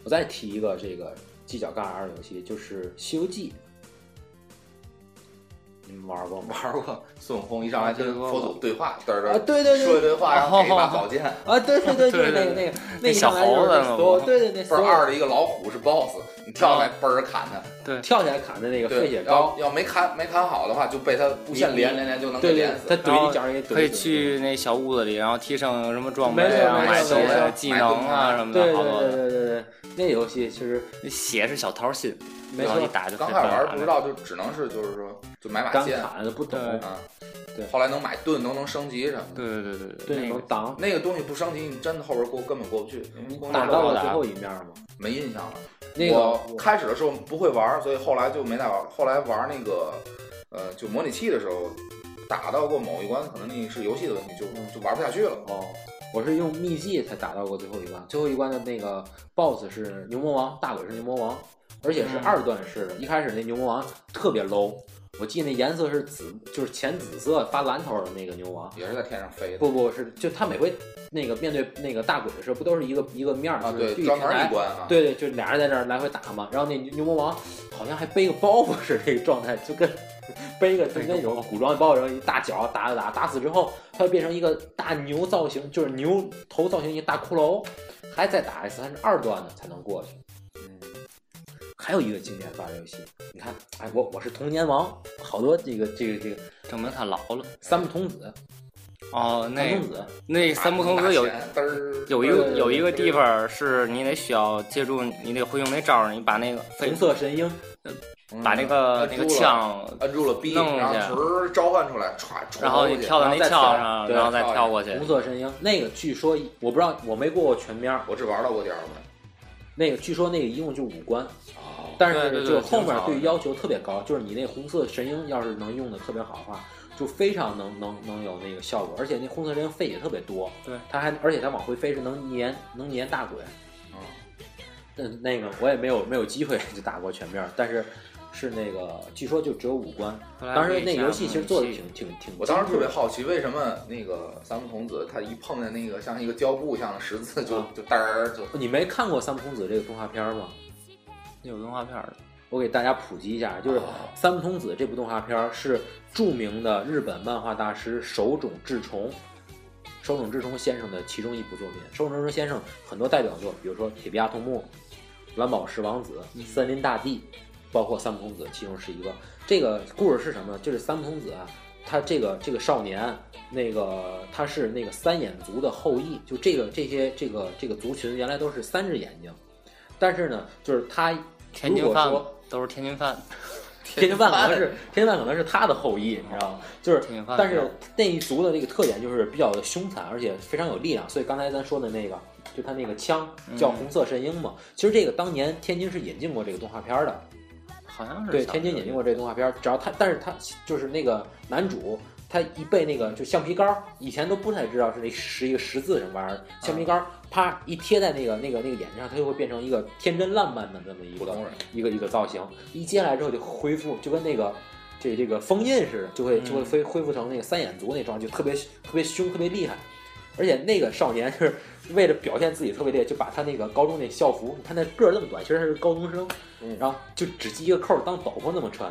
C: 我再提一个这个犄角旮旯的游戏，就是《西游记》，你们玩过吗？
A: 玩过孙悟空一上来跟
B: 对过
A: 佛祖对话，嘚儿嘚
C: 啊，
A: 儿
C: 对对对，
A: 说一堆话，然后给一把
B: 哦
A: 宝剑，
C: 啊，对对对，就是
B: 对 <laughs> 对
C: 那
B: 对
C: 个那个
B: 那
C: 那
B: 小
C: 上来就是
B: 猴子
C: 那所有
B: 嘛
C: 对对对，
A: 倍
C: 所
A: 儿
C: 有
A: 二的一个老虎是 BOSS，你跳下来嘣儿砍他，
C: 跳起来砍的那个费
A: 对
C: 雪，高，
A: 要要没砍没砍好的话，就被他无限连连连就能给
C: 对对
A: 连，死
C: 他。怼你脚上也怼，
B: 可以去那小屋子里，然后贴上什么装备
C: 没错
B: 啊、
C: 没错
B: 买东
C: 没
B: 西
C: 错
B: 啊、技能啊什么
C: 对。
B: 的，
C: 对
B: 好多
C: 对
B: 的。
C: 对对对，那游戏其实
B: 那血是小桃心，
C: 没
B: 然后一
C: 错，
B: 打就啊
A: 刚开始玩不知道，就只能是就是说就买把
C: 刚
A: 剑，
C: 砍的不懂，
B: 对
A: 啊，
C: 对
A: 后来能买盾，能能升级什么的。
B: 对对对对
C: 对
B: 那
C: 能
B: 个
C: 挡
A: 那个东西不升级，你真的后边过根本过不去。光
C: 嗯打
A: 那
C: 到
A: 个
C: 了最后一面吗？
A: 没印象了。
C: 那个
A: 我开始的时候不会玩，所以后来就没再玩。后来玩那个呃，就模拟器的时候，打到过某一关，可能那是游戏的问题，就就玩不下去了。
C: 哦，我是用秘技才打到过最后一关，最后一关的那个 BOSS 是牛魔王，大鬼是牛魔王，而且是
B: 嗯
C: 二段式的。一开始那牛魔王特别 low，我记得那颜色是紫，就是浅紫色发蓝头的那个牛王。
A: 也是在天上飞的
C: 不不是，就他每回那个面对那个大鬼的时候，不都是一个一个面儿
A: 啊，
C: 就
A: 对，
C: 是对
A: 专
C: 着
A: 门一
C: 来。
A: 关啊，
C: 对对，就俩人在那儿来回打嘛，然后那牛魔王好像还背个包袱似的，这个状态就跟 <laughs> 背一个就跟那种古装包，然后一大脚打打打，打死之后，他就变成一个大牛造型，就是牛头造型一个大骷髅，还再打一次，它是二段的才能过去。
A: 嗯，
C: 还有一个经典发游戏，你看，哎，我我是童年王，好多这个这个这个
B: 证明他老了。
C: 三木童子，
B: 哦，
C: 三
B: 那
C: 童子，
B: 那三不童子有
A: 打钱嘚儿
B: 有一个
C: 对
B: 有一个地方是你得需要借助，你得会用那招儿，你把那个
C: 红色神鹰，
B: 把那个那个枪，
A: 嗯摁住了 B，
B: 弄
A: 然
B: 下去
A: 后直儿召唤出来，歘，冲
B: 然后
A: 过
B: 你
A: 去
B: 跳到那
C: 然后再
B: 枪
C: 跳
B: 上，
C: 对
B: 然后再
A: 跳
B: 跳过去。
C: 红色神鹰，那个据说我不知道，我没过过全面儿，
A: 我只玩到过第二关，
C: 那个据说那个一共就五关，
A: 哦，
C: 但
B: 对对
C: 是
B: 对
C: 就后面
B: 挺好的
C: 对要求特别高，就是你那红色神鹰要是能用的特别好的话，就非常能能能有那个效果，而且那红色神鹰费也特别多，
B: 对，
C: 它还而且它往回飞是能粘能粘大鬼，
A: 嗯，
C: <laughs> 那那个我也没有没有机会就打过全面儿，但是是那个据说就只有五关，
B: 后来
C: 当时那
B: 回想
C: 游戏其实做的
B: 游戏
C: 挺挺挺，
A: 我当时特别好奇，为什么那个三木童子他一碰见那个像一个胶布像十字就
C: 啊
A: 就嘚儿就
C: 你没看过《三浦童子》这个动画片吗？
B: 有动画片的，
C: 我给大家普及一下，
B: 啊
C: 就是《
A: 啊
C: 三浦童子》这部动画片是著名的日本漫画大师手冢治虫，手冢治虫先生的其中一部作品。手冢治虫先生很多代表作，比如说《铁臂阿童木》《蓝宝石王子》《森林大地》，包括《三浦童子》，其中是一个。这个故事是什么呢？就是三浦童子啊，他这个这个少年，那个他是那个三眼族的后裔，就这个这些这个这个族群原来都是三只眼睛，但是呢，就是他
B: 天
C: 如
B: 津
C: 果
B: 饭
C: 说
B: 都是天津饭，
C: 天津饭可能是天津饭可能是他的后裔，你知道吗？就是
B: 天津饭，
C: 但是那一族的这个特点就是比较凶残，而且非常有力量。所以刚才咱说的那个，就他那个枪叫
B: 嗯
C: 红色神鹰嘛。其实这个当年天津是引进过这个动画片儿的，
B: 好像是
C: 对，
B: 小
C: 天津引进
B: 时
C: 过这个动画片儿。只要他，但是他就是那个男主，他一被那个就橡皮杆儿，以前都不太知道是那是一个十字什么玩意儿，橡皮杆儿啪一贴在那个那个那个眼睛上，它就会变成一个天真烂漫的那么一
A: 普
C: 个
A: 通人。
C: 一个一个造型，一接下来之后就恢复，就跟那个这这个封印似的，就会就会恢恢复成那个三眼族那状态，就特别特别凶，特别厉害。而且那个少年就是为了表现自己特别厉害，就把他那个高中那校服，你看他个儿那么短，其实他是高中生，
A: 嗯
C: 然后就只系一个扣儿当斗篷那么穿。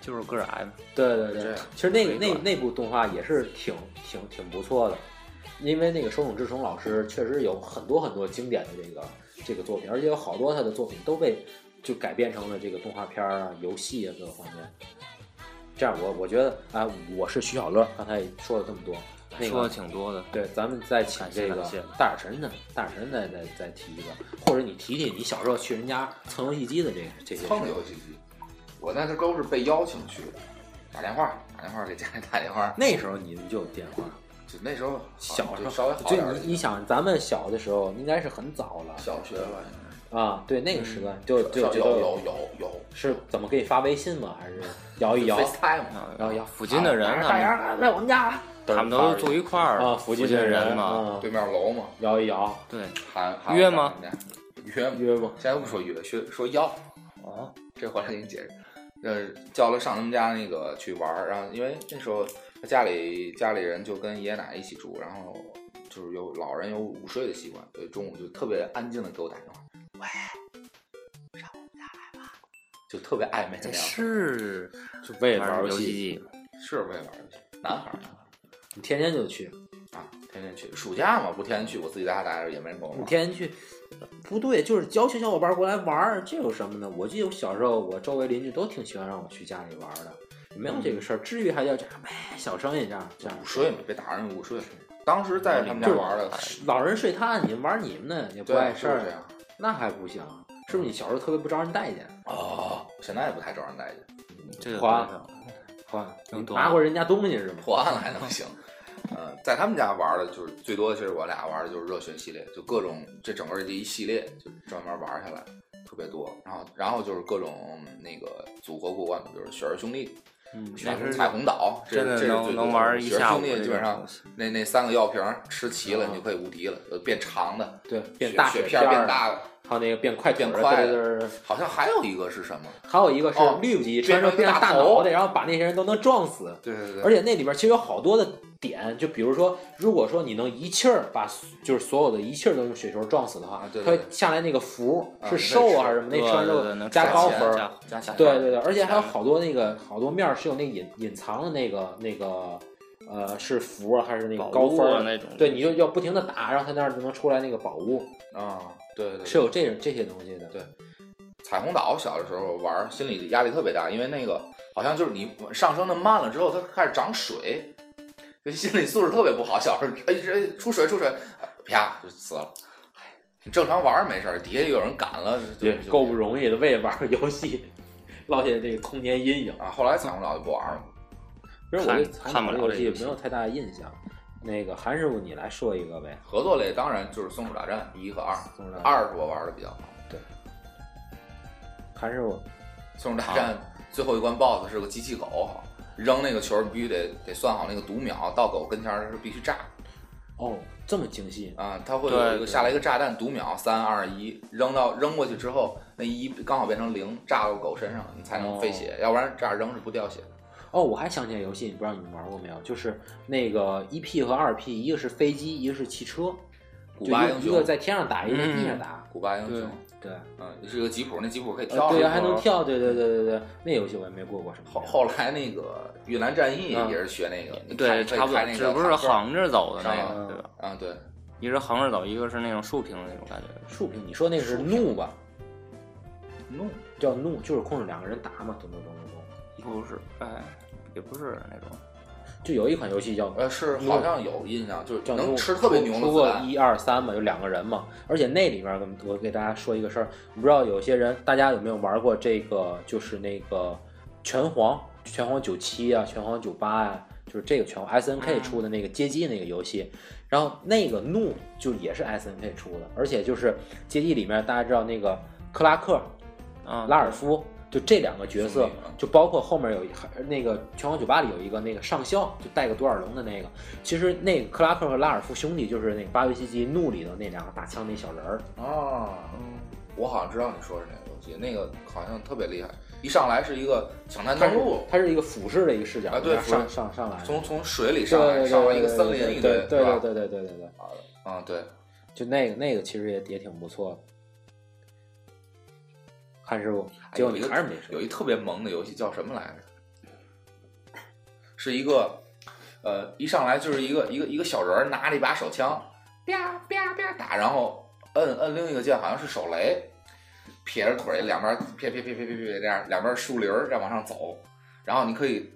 B: 就是个儿矮嘛，
C: 对对
A: 这
C: 对
A: 样，
C: 其实那个
A: 可以
C: 那
A: 转
C: 那部动画也是挺挺挺不错的，因为那个手冢治虫老师确实有很多很多经典的这个这个作品，而且有好多他的作品都被就改编成了这个动画片儿啊、游戏啊各个方面。这样我我觉得啊、我是徐小乐，刚才也说了这么多，那
B: 说
C: 个
B: 的挺多的。
C: 对，咱们再请
B: 感谢
C: 这个
B: 感谢
C: 大耳神呢，大耳神再再再提一个，或者你提提你小时候去人家蹭游戏机的这这些事
A: 蹭
C: 儿。
A: 游戏机，我那时候都是被邀请去的，打电话打电话给家里打电话，
C: 那时候你们就有电话。
A: 就那时候
C: 小时
A: 时
C: 候
A: 候稍微好
C: 就
A: 点儿的
C: 你你想，咱们小的时候应该是很早了
A: 小学吧，应
C: 啊，对那个时段就
A: 该
C: 就
A: 小
C: 就
A: 有有有有
C: 是怎么给你发微信吗？
A: <laughs>
C: 还是摇一
A: 有
C: 摇，
A: FaceTime
B: 然
C: 摇一摇
B: 附近的人他
A: 大
B: 们
A: 家在我们家
B: 他们都是住一块儿
C: 啊？
B: 附
C: 附近的
B: 人嘛，
C: 啊，
A: 对面楼嘛，
C: 摇一摇，
B: 对，
A: 喊喊
B: 约吗
A: 我们家？约吗？
C: 约吗？
A: 现在不说约，说说要。
B: 哦，
A: 这回来给你解释。呃，叫了上他们家那个去玩儿，然后因为那时候他家里家里人就跟爷爷奶奶一起住，然后就是有老人有午睡的习惯，所以中午就特别安静的给我打电话，喂，上我们家来吧，就特别暧昧的
B: 这
A: 样子。
B: 是
C: 就为了
B: 还
C: 玩
B: 是
C: 游
B: 游戏
C: 戏，
B: 机，
A: 是为玩儿游戏，男孩儿呢
C: 你天天就去，
A: 啊，天天去，暑假嘛不天天去，我自己在家待着也没人跟我
C: 你
A: 玩儿。
C: 天天去。不对，就是邀请小伙伴过来玩儿，这有什么呢？我记得我小时候，我周围邻居都挺喜欢让我去家里玩儿的，没有这个
A: 嗯
C: 事儿，至于还要这样，哎，小声音这样这样
A: 午。睡嘛，别打扰人午睡。当时在他们家玩儿的，
C: 老人睡他，你们玩你们的也不
A: 对，
C: 碍
A: 就
C: 事
A: 是
C: 儿啊
A: 这。样。
C: 那还不行，啊是不是你小时候特别不招人待见？
A: 哦，现在也不太招人待见，
B: 这个
C: 嗯花
B: 多少
C: 换
B: 能多
C: 拿过人家东西是吗？
A: 破案了还能行？呃，在他们家玩的就是最多，其实我俩玩的就是热血系列，就各种这整个这一系列就专门玩下来特别多。然后，然后就是各种那个祖国过关，比如雪儿兄弟、
B: 嗯，
A: 雪
B: 那
A: 儿
B: 是
A: 彩虹岛，这
B: 真
A: 这
B: 的
A: 是
B: 能
A: 最
B: 能玩一
A: 雪
B: 下
A: 儿
B: 午
A: 兄弟
B: 这
A: 基本
B: 种
A: 上
B: 东西
A: 那那三个药瓶儿吃齐了，你就可以无敌了。呃，变长的，
C: 对， <laughs> 变
A: 雪
C: 大
A: 雪片
C: 片
A: 儿变，大的，
C: 还有那个变快腿儿
A: 变快
C: 对对对。
A: 好像还有一个是什么？
C: 还有一个是
A: 哦
C: 绿级，
A: 变
C: 穿
A: 成
C: 成
A: 一个
C: 变成
A: 大
C: 大
A: 头
C: 脑袋，然后把那些人都能撞死。
A: 对对对
C: 而且那里边其实有好多的点，就比如说，如果说你能一气儿把就是所有的一气儿都用雪球撞死的话
A: 啊，对
C: 它
A: 对
C: 会下来那个符
A: 啊
C: 是
A: 你可以
C: 瘦
A: 吃
C: 啊还是什么，那
B: 对
C: 穿
B: 对对
C: 着
B: 能
C: 加
A: 加
C: 高
A: 钱
C: 分儿
B: 加。
A: 加起来
C: 对对对，而且还有
A: 钱
C: 好多那个好多面儿是有那个隐隐藏的那个那个呃是符啊还是那个
B: 宝
C: 高
B: 物
C: 分
B: 啊
C: 儿，
B: 那种，
C: 对，你就要不停的打，然后它那儿就能出来那个宝物，
A: 啊，对对对，
C: 是有这这些东西的。
A: 对彩虹岛小的时候玩儿，心理压力特别大，因为那个好像就是你上升的慢了之后，它开始涨水，就心理素质特别不好。小时候，哎，这出水出水，啪就死了。哎你正常玩儿没事儿，底下有人赶了，就
C: 也
A: 就
C: 够不容易的，为了玩个游戏落下这个童年阴影。
A: 啊。后来彩虹岛就不玩儿了。
C: 其实我对
B: 看
C: 残
B: 看不了
C: 酷的游
B: 这
C: 戏
B: 游戏
C: 没有太大的印象。那个韩师傅，你来说一个呗。
A: 合作类当然就是松鼠大战一和二，
C: 松鼠大战
A: 二是我玩的比较好。
C: 韩师傅，
A: 松鼠大
C: 啊
A: 战最后一关 BOSS 是个机器狗，好扔那个球儿你必须得得算好那个读秒，到狗跟前儿是必须炸。
C: 哦，这么精细，
A: 啊，它会
B: 对
A: 有一个
B: 对
A: 下来一个炸弹，读秒三二一，扔到扔过去之后，那一刚好变成零，炸到狗身上，你才能飞血，要不然这样扔是不掉血的。
C: 哦，我还想起来游戏，不知道你们玩过没有？就是那个一 P 和二 P，一个是飞机，一个是汽车，
A: 古
C: 就
A: 巴
C: 一
A: 英
C: 一个
A: 雄，嗯
C: 在天上打，一个在地上打。
A: 古巴英
B: 对
A: 雄，
C: 对，
A: 嗯，是个吉普，那吉普可以
C: 呃
A: 跳，
C: 对，
A: 上
C: 还
A: 去
C: 能
A: 玩。
C: 跳，对对对对对，那游戏我也没过过什么。
A: 后后来那个越南战役
C: 嗯
A: 也是学那个，你
B: 对，
A: 开
B: 差
A: 可
B: 不多
A: 以开那，个
B: 只不过是
A: 坦克
B: 横着走的那
C: 上
B: 个，对吧？
A: 啊，对，
B: 一个是横着走，一个是那种竖屏的那种感觉。
C: 竖屏，你说那是怒吧？
A: 弄
C: 叫怒，就是控制两个人打嘛，咚咚咚咚咚。
B: 不是，哎，也不是那种。
C: 就有一款游戏叫
A: 呃是好像有印象，就是
C: 叫
A: 能
C: 怒
A: 吃特别牛的
C: 出
A: 子
C: 过
A: 弹，
C: 一二三嘛，有两个人嘛，而且那里面我们我给大家说一个事儿，不知道有些人大家有没有玩过这个，就是那个拳皇，拳皇九七啊，拳皇九八啊，就是这个拳皇 S N K
B: 嗯
C: 出的那个街机那个游戏，然后那个怒就也是 S N K 出的，而且就是街机里面大家知道那个克拉克、
B: 嗯，
C: 拉尔夫。就这两个角色
A: 兄弟啊，
C: 就包括后面有一还那个《拳皇九八》里有一个那个上校，就带个独眼龙的那个。其实那个克拉克和拉尔夫兄弟就是那个《八维奇基怒》里头那两个打枪那小人儿。
A: 啊，我好像知道你说的是哪个游戏，那个好像特别厉害，一上来是一个抢滩
C: 它
A: 登
C: 是
A: 陆，
C: 它是一个俯视的一个视角，
A: 啊对
C: 然后
A: 俯视
C: 上上上来，
A: 从从水里
C: 对
A: 上
C: 哎对
A: 来，
C: 对
A: 上完
C: 对
A: 一个
C: 对
A: 森林一堆，
C: 对对
A: 是吧
C: 对？对对对对对，
A: 嗯，对，
C: 就那个那个其实也也挺不错的。看师傅，结果
A: 哎有一
C: 你
A: 个
C: 还是没说
A: 有一特别萌的游戏叫什么来着？是一个，呃，一上来就是一个一个一个小人儿拿着一把手枪，啪啪啪打，然后摁摁另一个键，好像是手雷，撇着腿两边撇撇撇撇撇撇这样，两边树林儿这样往上走，然后你可以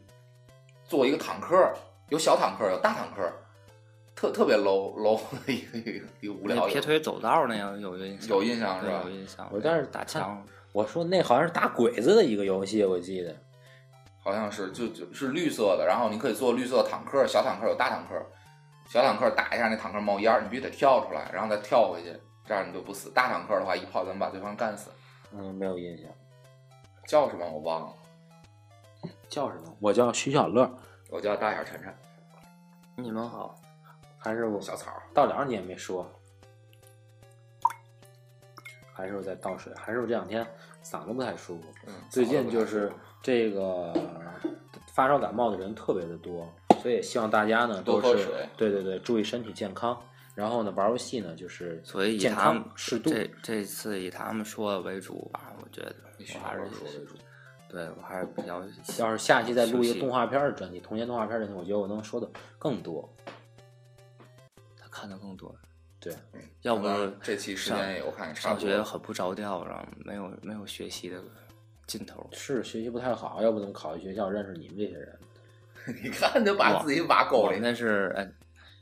A: 做一个坦克，有小坦克，有大坦克，特特别 low low 的一个一个一个无聊
B: 那
A: 的
B: 撇
A: 游戏，
B: 腿走道那个有印象，
A: 有印象是
B: 对
A: 吧
B: 有？印象。
C: 我但是
B: 打枪，
C: 我说那好像是打鬼子的一个游戏，我记得。
A: 好像是就就是绿色的，然后你可以做绿色坦克，小坦克有大坦克，小坦克打一下那坦克冒烟儿，你必须得跳出来，然后再跳回去，这样你就不死。大坦克的话，一炮就能把对方干死。
C: 嗯，没有印象。
A: 叫什么我忘了，
C: 叫什么？我叫徐小乐。
A: 我叫大眼晨晨，
B: 你们好，
C: 韩师傅，
A: 小草儿。
C: 到了你也没说。韩师傅在倒水，韩师傅这两天嗓子不太舒服，
A: 嗯，
C: 最近就是这个发烧感冒的人特别的多，所以也希望大家呢
A: 多
C: 都
A: 喝
C: 是
A: 水
C: 对对对，注意身体健康。然后呢，玩游戏呢就是
B: 所以以
C: 健
B: 他们
C: 康适度。
B: 这这次以他们说的为主吧，我觉得
A: 必须
B: 我还是
A: 说为主。
B: 对我还是比较喜
C: 要是下期再录一
B: 休
C: 个
B: 息
C: 动画片儿的专辑，童年动画片儿的专辑，我觉得我能说的更多。
B: 他看的更多。
C: 对，
A: 嗯
B: 要不
A: 可能这期时间
B: 上
A: 也我看也差
B: 上
A: 不多
B: 学很不着调，然后没有没有学习的劲头。
C: 是学习不太好，要不怎么考进学校认识你们这些人？
A: 你看就把自己挖沟
B: 我
A: 里
B: 们。那是哎，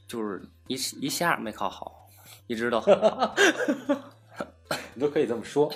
B: 就是一一下没考好，一
A: <laughs>
B: 直都很好。
C: 你都可以这么说，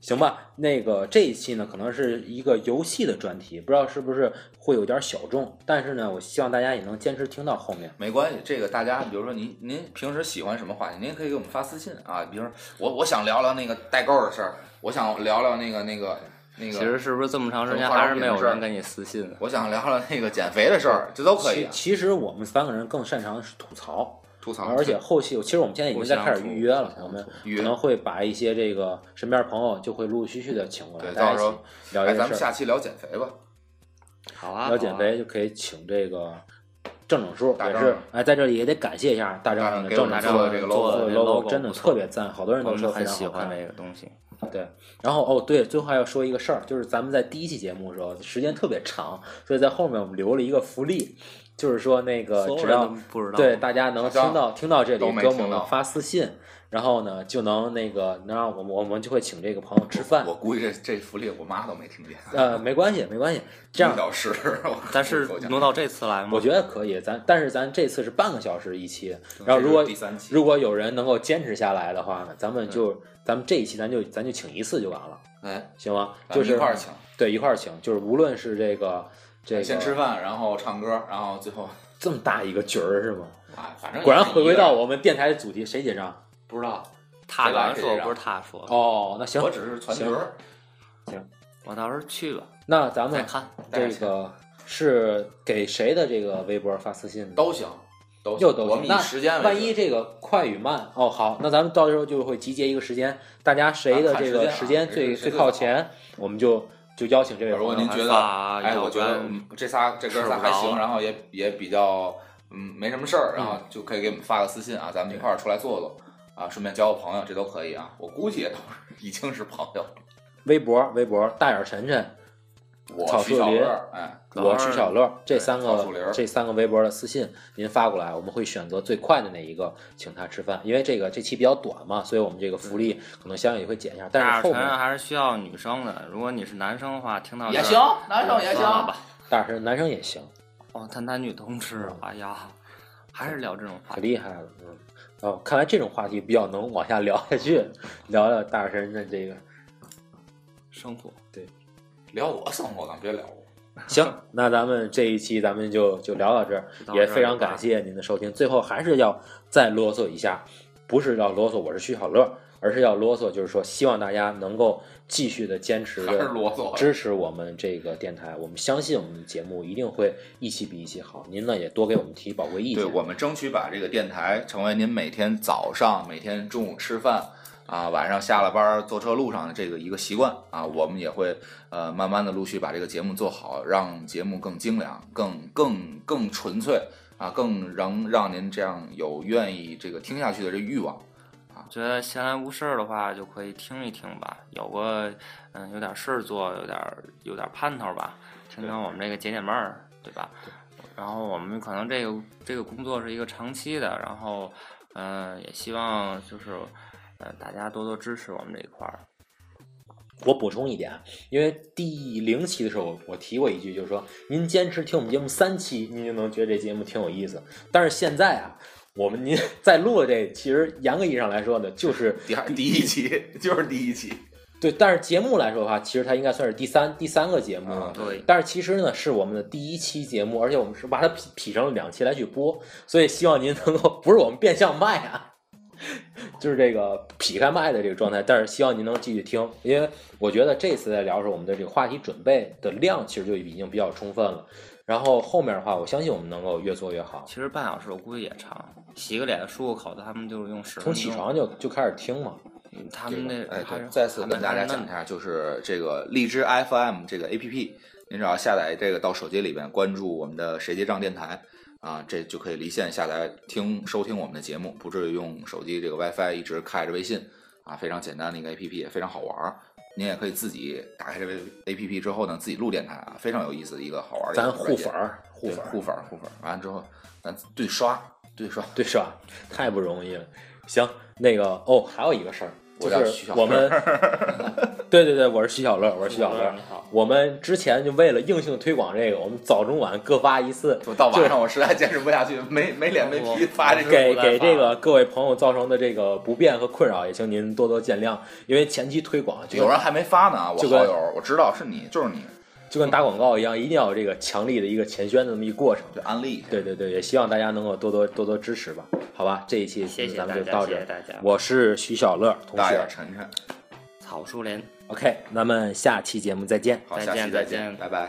C: 行吧？那个这一期呢，可能是一个游戏的专题，不知道是不是会有点小众，但是呢，我希望大家也能坚持听到后面。
A: 没关系，这个大家，比如说您您平时喜欢什么话题，您可以给我们发私信啊。比如说我我想聊聊那个代购的事儿，我想聊聊那个那个那个，
B: 其实是不是这么长时间还是没有人跟你私信呢？
A: 我想聊聊那个减肥的事儿，这都可以啊、
C: 其其实我们三个人更擅长的是吐槽，
A: 吐槽。
C: 而且后期，其实我们现在已经哎在开始预约
B: 互
C: 了
B: 相，吐
C: 我们
A: 预
C: 可
A: 约
C: 能会把一些这个身边朋友就会陆陆续续的请过来，
A: 对
C: 大家一
A: 到时候
C: 起聊
A: 哎，
C: 一
A: 咱们
C: 些事儿。
A: 下期聊减肥吧。
B: 好啊，
C: 聊减
B: 好啊，
C: 肥就可以请这个正整数，
A: 大
C: 也
A: 张
C: 是哎，在这里也得感谢一下大
A: 大
C: 张
A: 张
C: 的
A: 给
C: 正
A: 我
C: 整
A: 们
C: 数
A: 做
B: 的
A: 这个
B: 做
A: logo
C: 做
B: 的
C: 的
B: logo
C: 真的
B: 不错
C: 特别赞，好多人
B: 我
C: 都
B: 们
C: 说非
B: 很
C: 常
B: 喜
C: 好
B: 欢
C: 看。
B: 这个东西。
C: 对，然后哦对，最后还要说一个事儿，就是咱们在第一期节目的时候时间特别长，所以在后面我们留了一个福利，就是说那个
B: 所有
C: 呃只
B: 人
C: 要
B: 都不知道，
C: 对大家能听到听到这
A: 都
C: 里，
A: 没
C: 给我
A: 听
C: 们
A: 到
C: 发私信，然后呢就能那个能让我们我们就会请这个朋友吃饭
A: 我。估计这这福利我妈都没听见。
C: 呃，没关系，没关系， <laughs> 这样
A: 一小时，我
B: 但是挪到这次来吗
C: 我？觉得可以。咱但是咱这次是半个小时一期，
A: 然
C: 然后如果
A: 第三期，
C: 如果有人能够坚持下来的话呢，咱们就咱们这一期咱就咱就请一次就完了，
A: 哎，
C: 行吗？
A: 咱
C: 就
A: 们
C: 是
A: 一块儿请，
C: 对一块儿请，就是无论是这个这个
A: 先吃饭，然后唱歌，然后最后
C: 这么大一个局儿是吗？
A: 啊，反正
C: 果然回归到
A: 我，
C: 我们电台的主题，谁结账？
A: 不知道，
B: 他
A: 谁来
B: 刚说
A: 谁，让
B: 不是他说，
C: 哦，那行
A: 我，只是传球儿，
B: 我到时候去吧，
C: 那咱
B: 再
C: 们
B: 看。
A: 带
C: 这
A: 着钱
C: 个是给谁的这个微博发私信呢？
A: 都行，都
C: 又都
A: 我
C: 行
A: 们
C: 那
A: 以时间为
C: 万
A: 准
C: 一这个快与慢哦，好，那咱们到时候就会集结一个时间，大家谁的
A: 看
C: 这
A: 时
C: 个
A: 间啊
C: 时间
A: 谁
C: 最
A: 谁
C: 最
A: 最
C: 靠
A: 好
C: 前，我们就就邀请这位
A: 如果
C: 朋友
A: 您
C: 来
A: 觉得
B: 发
A: 哎，我觉得
B: 要不然
A: 嗯这仨这哥仨还
B: 吃不
A: 行，
B: 着
A: 然后也也比较嗯没什么事儿，然后就可以给我们发个私信啊，咱们一块儿出来坐坐啊，顺便交个朋友，这都可以啊。我估计也都是已经是朋友了。
C: 微博微博大眼晨晨，
A: 我
C: 草
A: 徐
C: 树
A: 小
C: 林
A: 乐，哎，
B: 老
C: 我
B: 二
C: 是小乐，这
A: 对
C: 三
A: 草
C: 个
A: 树林儿
C: 这三个微博的私信您发过来，我们会选择最快的那一个请他吃饭，因为这个这期比较短嘛，所以我们这个福
A: 嗯
C: 利可能相应也会减一下，但
B: 大
C: 是
B: 耳
C: 后
B: 垂
A: 啊
C: 面
B: 还是需要女生的，如果你是男生的话，听到
A: 也
B: 这儿
A: 行，男生也
B: 算了
A: 行。
B: 吧。
C: 大眼晨男生也行，
B: 哦，他男女通吃，哎呀，还是聊这种话
C: 可
B: 题。
C: 厉害了，嗯，哦，看来这种话题比较能往下聊下去，聊聊大眼晨的这个。
B: 生活，
A: 聊我生活，咱别聊我。
C: 行，
A: <laughs>
C: 那咱们这一期咱们就就聊到这儿，
B: 就到
C: 也
B: 这儿
C: 非常
B: 吧
A: 啊
C: 感谢您的收听。最后还是要再啰嗦一下，不是要啰嗦我是徐小乐，而是要啰嗦，就是说希望大家能够继续的坚持
A: 还是
C: 的
A: 啰嗦
C: 支持我们这个电台，我们相信我们的节目一定会一期比一期好。您呢也多给我们提宝贵意
A: 对
C: 见。
A: 我们争取把这个电台成为您每天早上、每天中午吃饭啊，晚上下了班儿坐车路上的这个一个习惯啊，我们也会呃慢慢的陆续把这个节目做好，让节目更精良、更更更纯粹啊，更让让您这样有愿意这个听下去的这欲望。
B: 觉得闲来无事儿的话，就可以听一听吧，有个嗯有点事儿做，有点有点盼头吧，听听我们这个解解闷儿，对吧？然后我们可能这个这个工作是一个长期的，然后嗯、呃也希望就是呃大家多多支持我们这一块儿。
C: 我补充一点，啊因为第零期的时候我提过一句，就是说您坚持听我们节目三期，您就能觉得这节目挺有意思。但是现在啊，我们您 <laughs> 在录的这，其实严格意义上来说呢，就是
A: 第二第一期 <laughs> 就是第一期，
C: 对，但是节目来说的话，其实它应该算是第三第三个节目了。
A: 啊
B: 对，
C: 但是其实呢，是我们的第一期节目，而且我们是把它劈劈成了两期来去播，所以希望您能够不是我们变相卖啊， <laughs> 就是这个劈开卖的这个状态，但是希望您能继续听，因为我觉得这次在聊的时候，我们的这个话题准备的量其实就已经比较充分了，然后后面的话，我相信我们能够越做越好，
B: 其实半小时我估计也长，洗个脸、漱个口的，他们就是用十
C: 从
B: 分
C: 起
B: 钟。
C: 床就就开始听嘛，
B: 嗯他们那
A: 哎，
B: 还是
A: 对，再次
B: 还没
A: 跟大家
B: 还没
A: 讲
B: 弄
A: 一下，就是这个荔枝 FM 这个 APP，您只要下载这个到手机里边，关注我们的谁结账电台啊，这就可以离线下载听收听我们的节目，不至于用手机这个 WiFi 一直开着微信啊，非常简单的一个 APP，也非常好玩儿。您也可以自己打开这个 APP 之后呢，自己录电台啊，非常有意思的一个好玩儿的一
C: 咱
A: 个
C: 互
A: 软件
C: 粉儿，互
A: 对
C: 粉儿，
A: 互粉儿互粉儿，完了之后咱对刷对刷，
C: 对，是吧？太不容易了。行，那个哦，还有一个事儿，就
A: 我叫
C: 是
A: 徐小乐
B: <laughs>
C: 我们，对对对，我是徐小乐，我是徐小
B: 小
C: 乐
B: 乐。好
C: 我们之前就为了硬性推广这个，我们早中晚各发一次，
A: 就到晚
C: 对
A: 上我实在坚持不下去，没没脸没皮发这个。
C: 给
B: 哎我来
C: 给
B: 发
C: 这个各位朋友造成的这个不便和困扰，也请您多多见谅。因为前期推广就
A: 有
C: 跟
A: 人还没发呢啊，我
C: 就跟
A: 好友，我知道是你，就是你，
C: 就跟打广告一样，一定要有这个强力的一个前宣的这么一过程。
A: 就安利一下。
C: 对对对，也希望大家能够多多多多支持吧，好吧？这一期
B: 谢谢
C: 咱
B: 大
C: 们就
B: 家，
C: 到
B: 谢
C: 这
B: 谢
C: 儿。
B: 大家。
C: 我是徐小乐同
A: 大
C: 学
A: 眼，晨晨，
B: 草树林。
C: OK，咱们下期节目再见。
A: 好，
B: 再
A: 下期
B: 见
A: 再
B: 再见
A: 拜拜。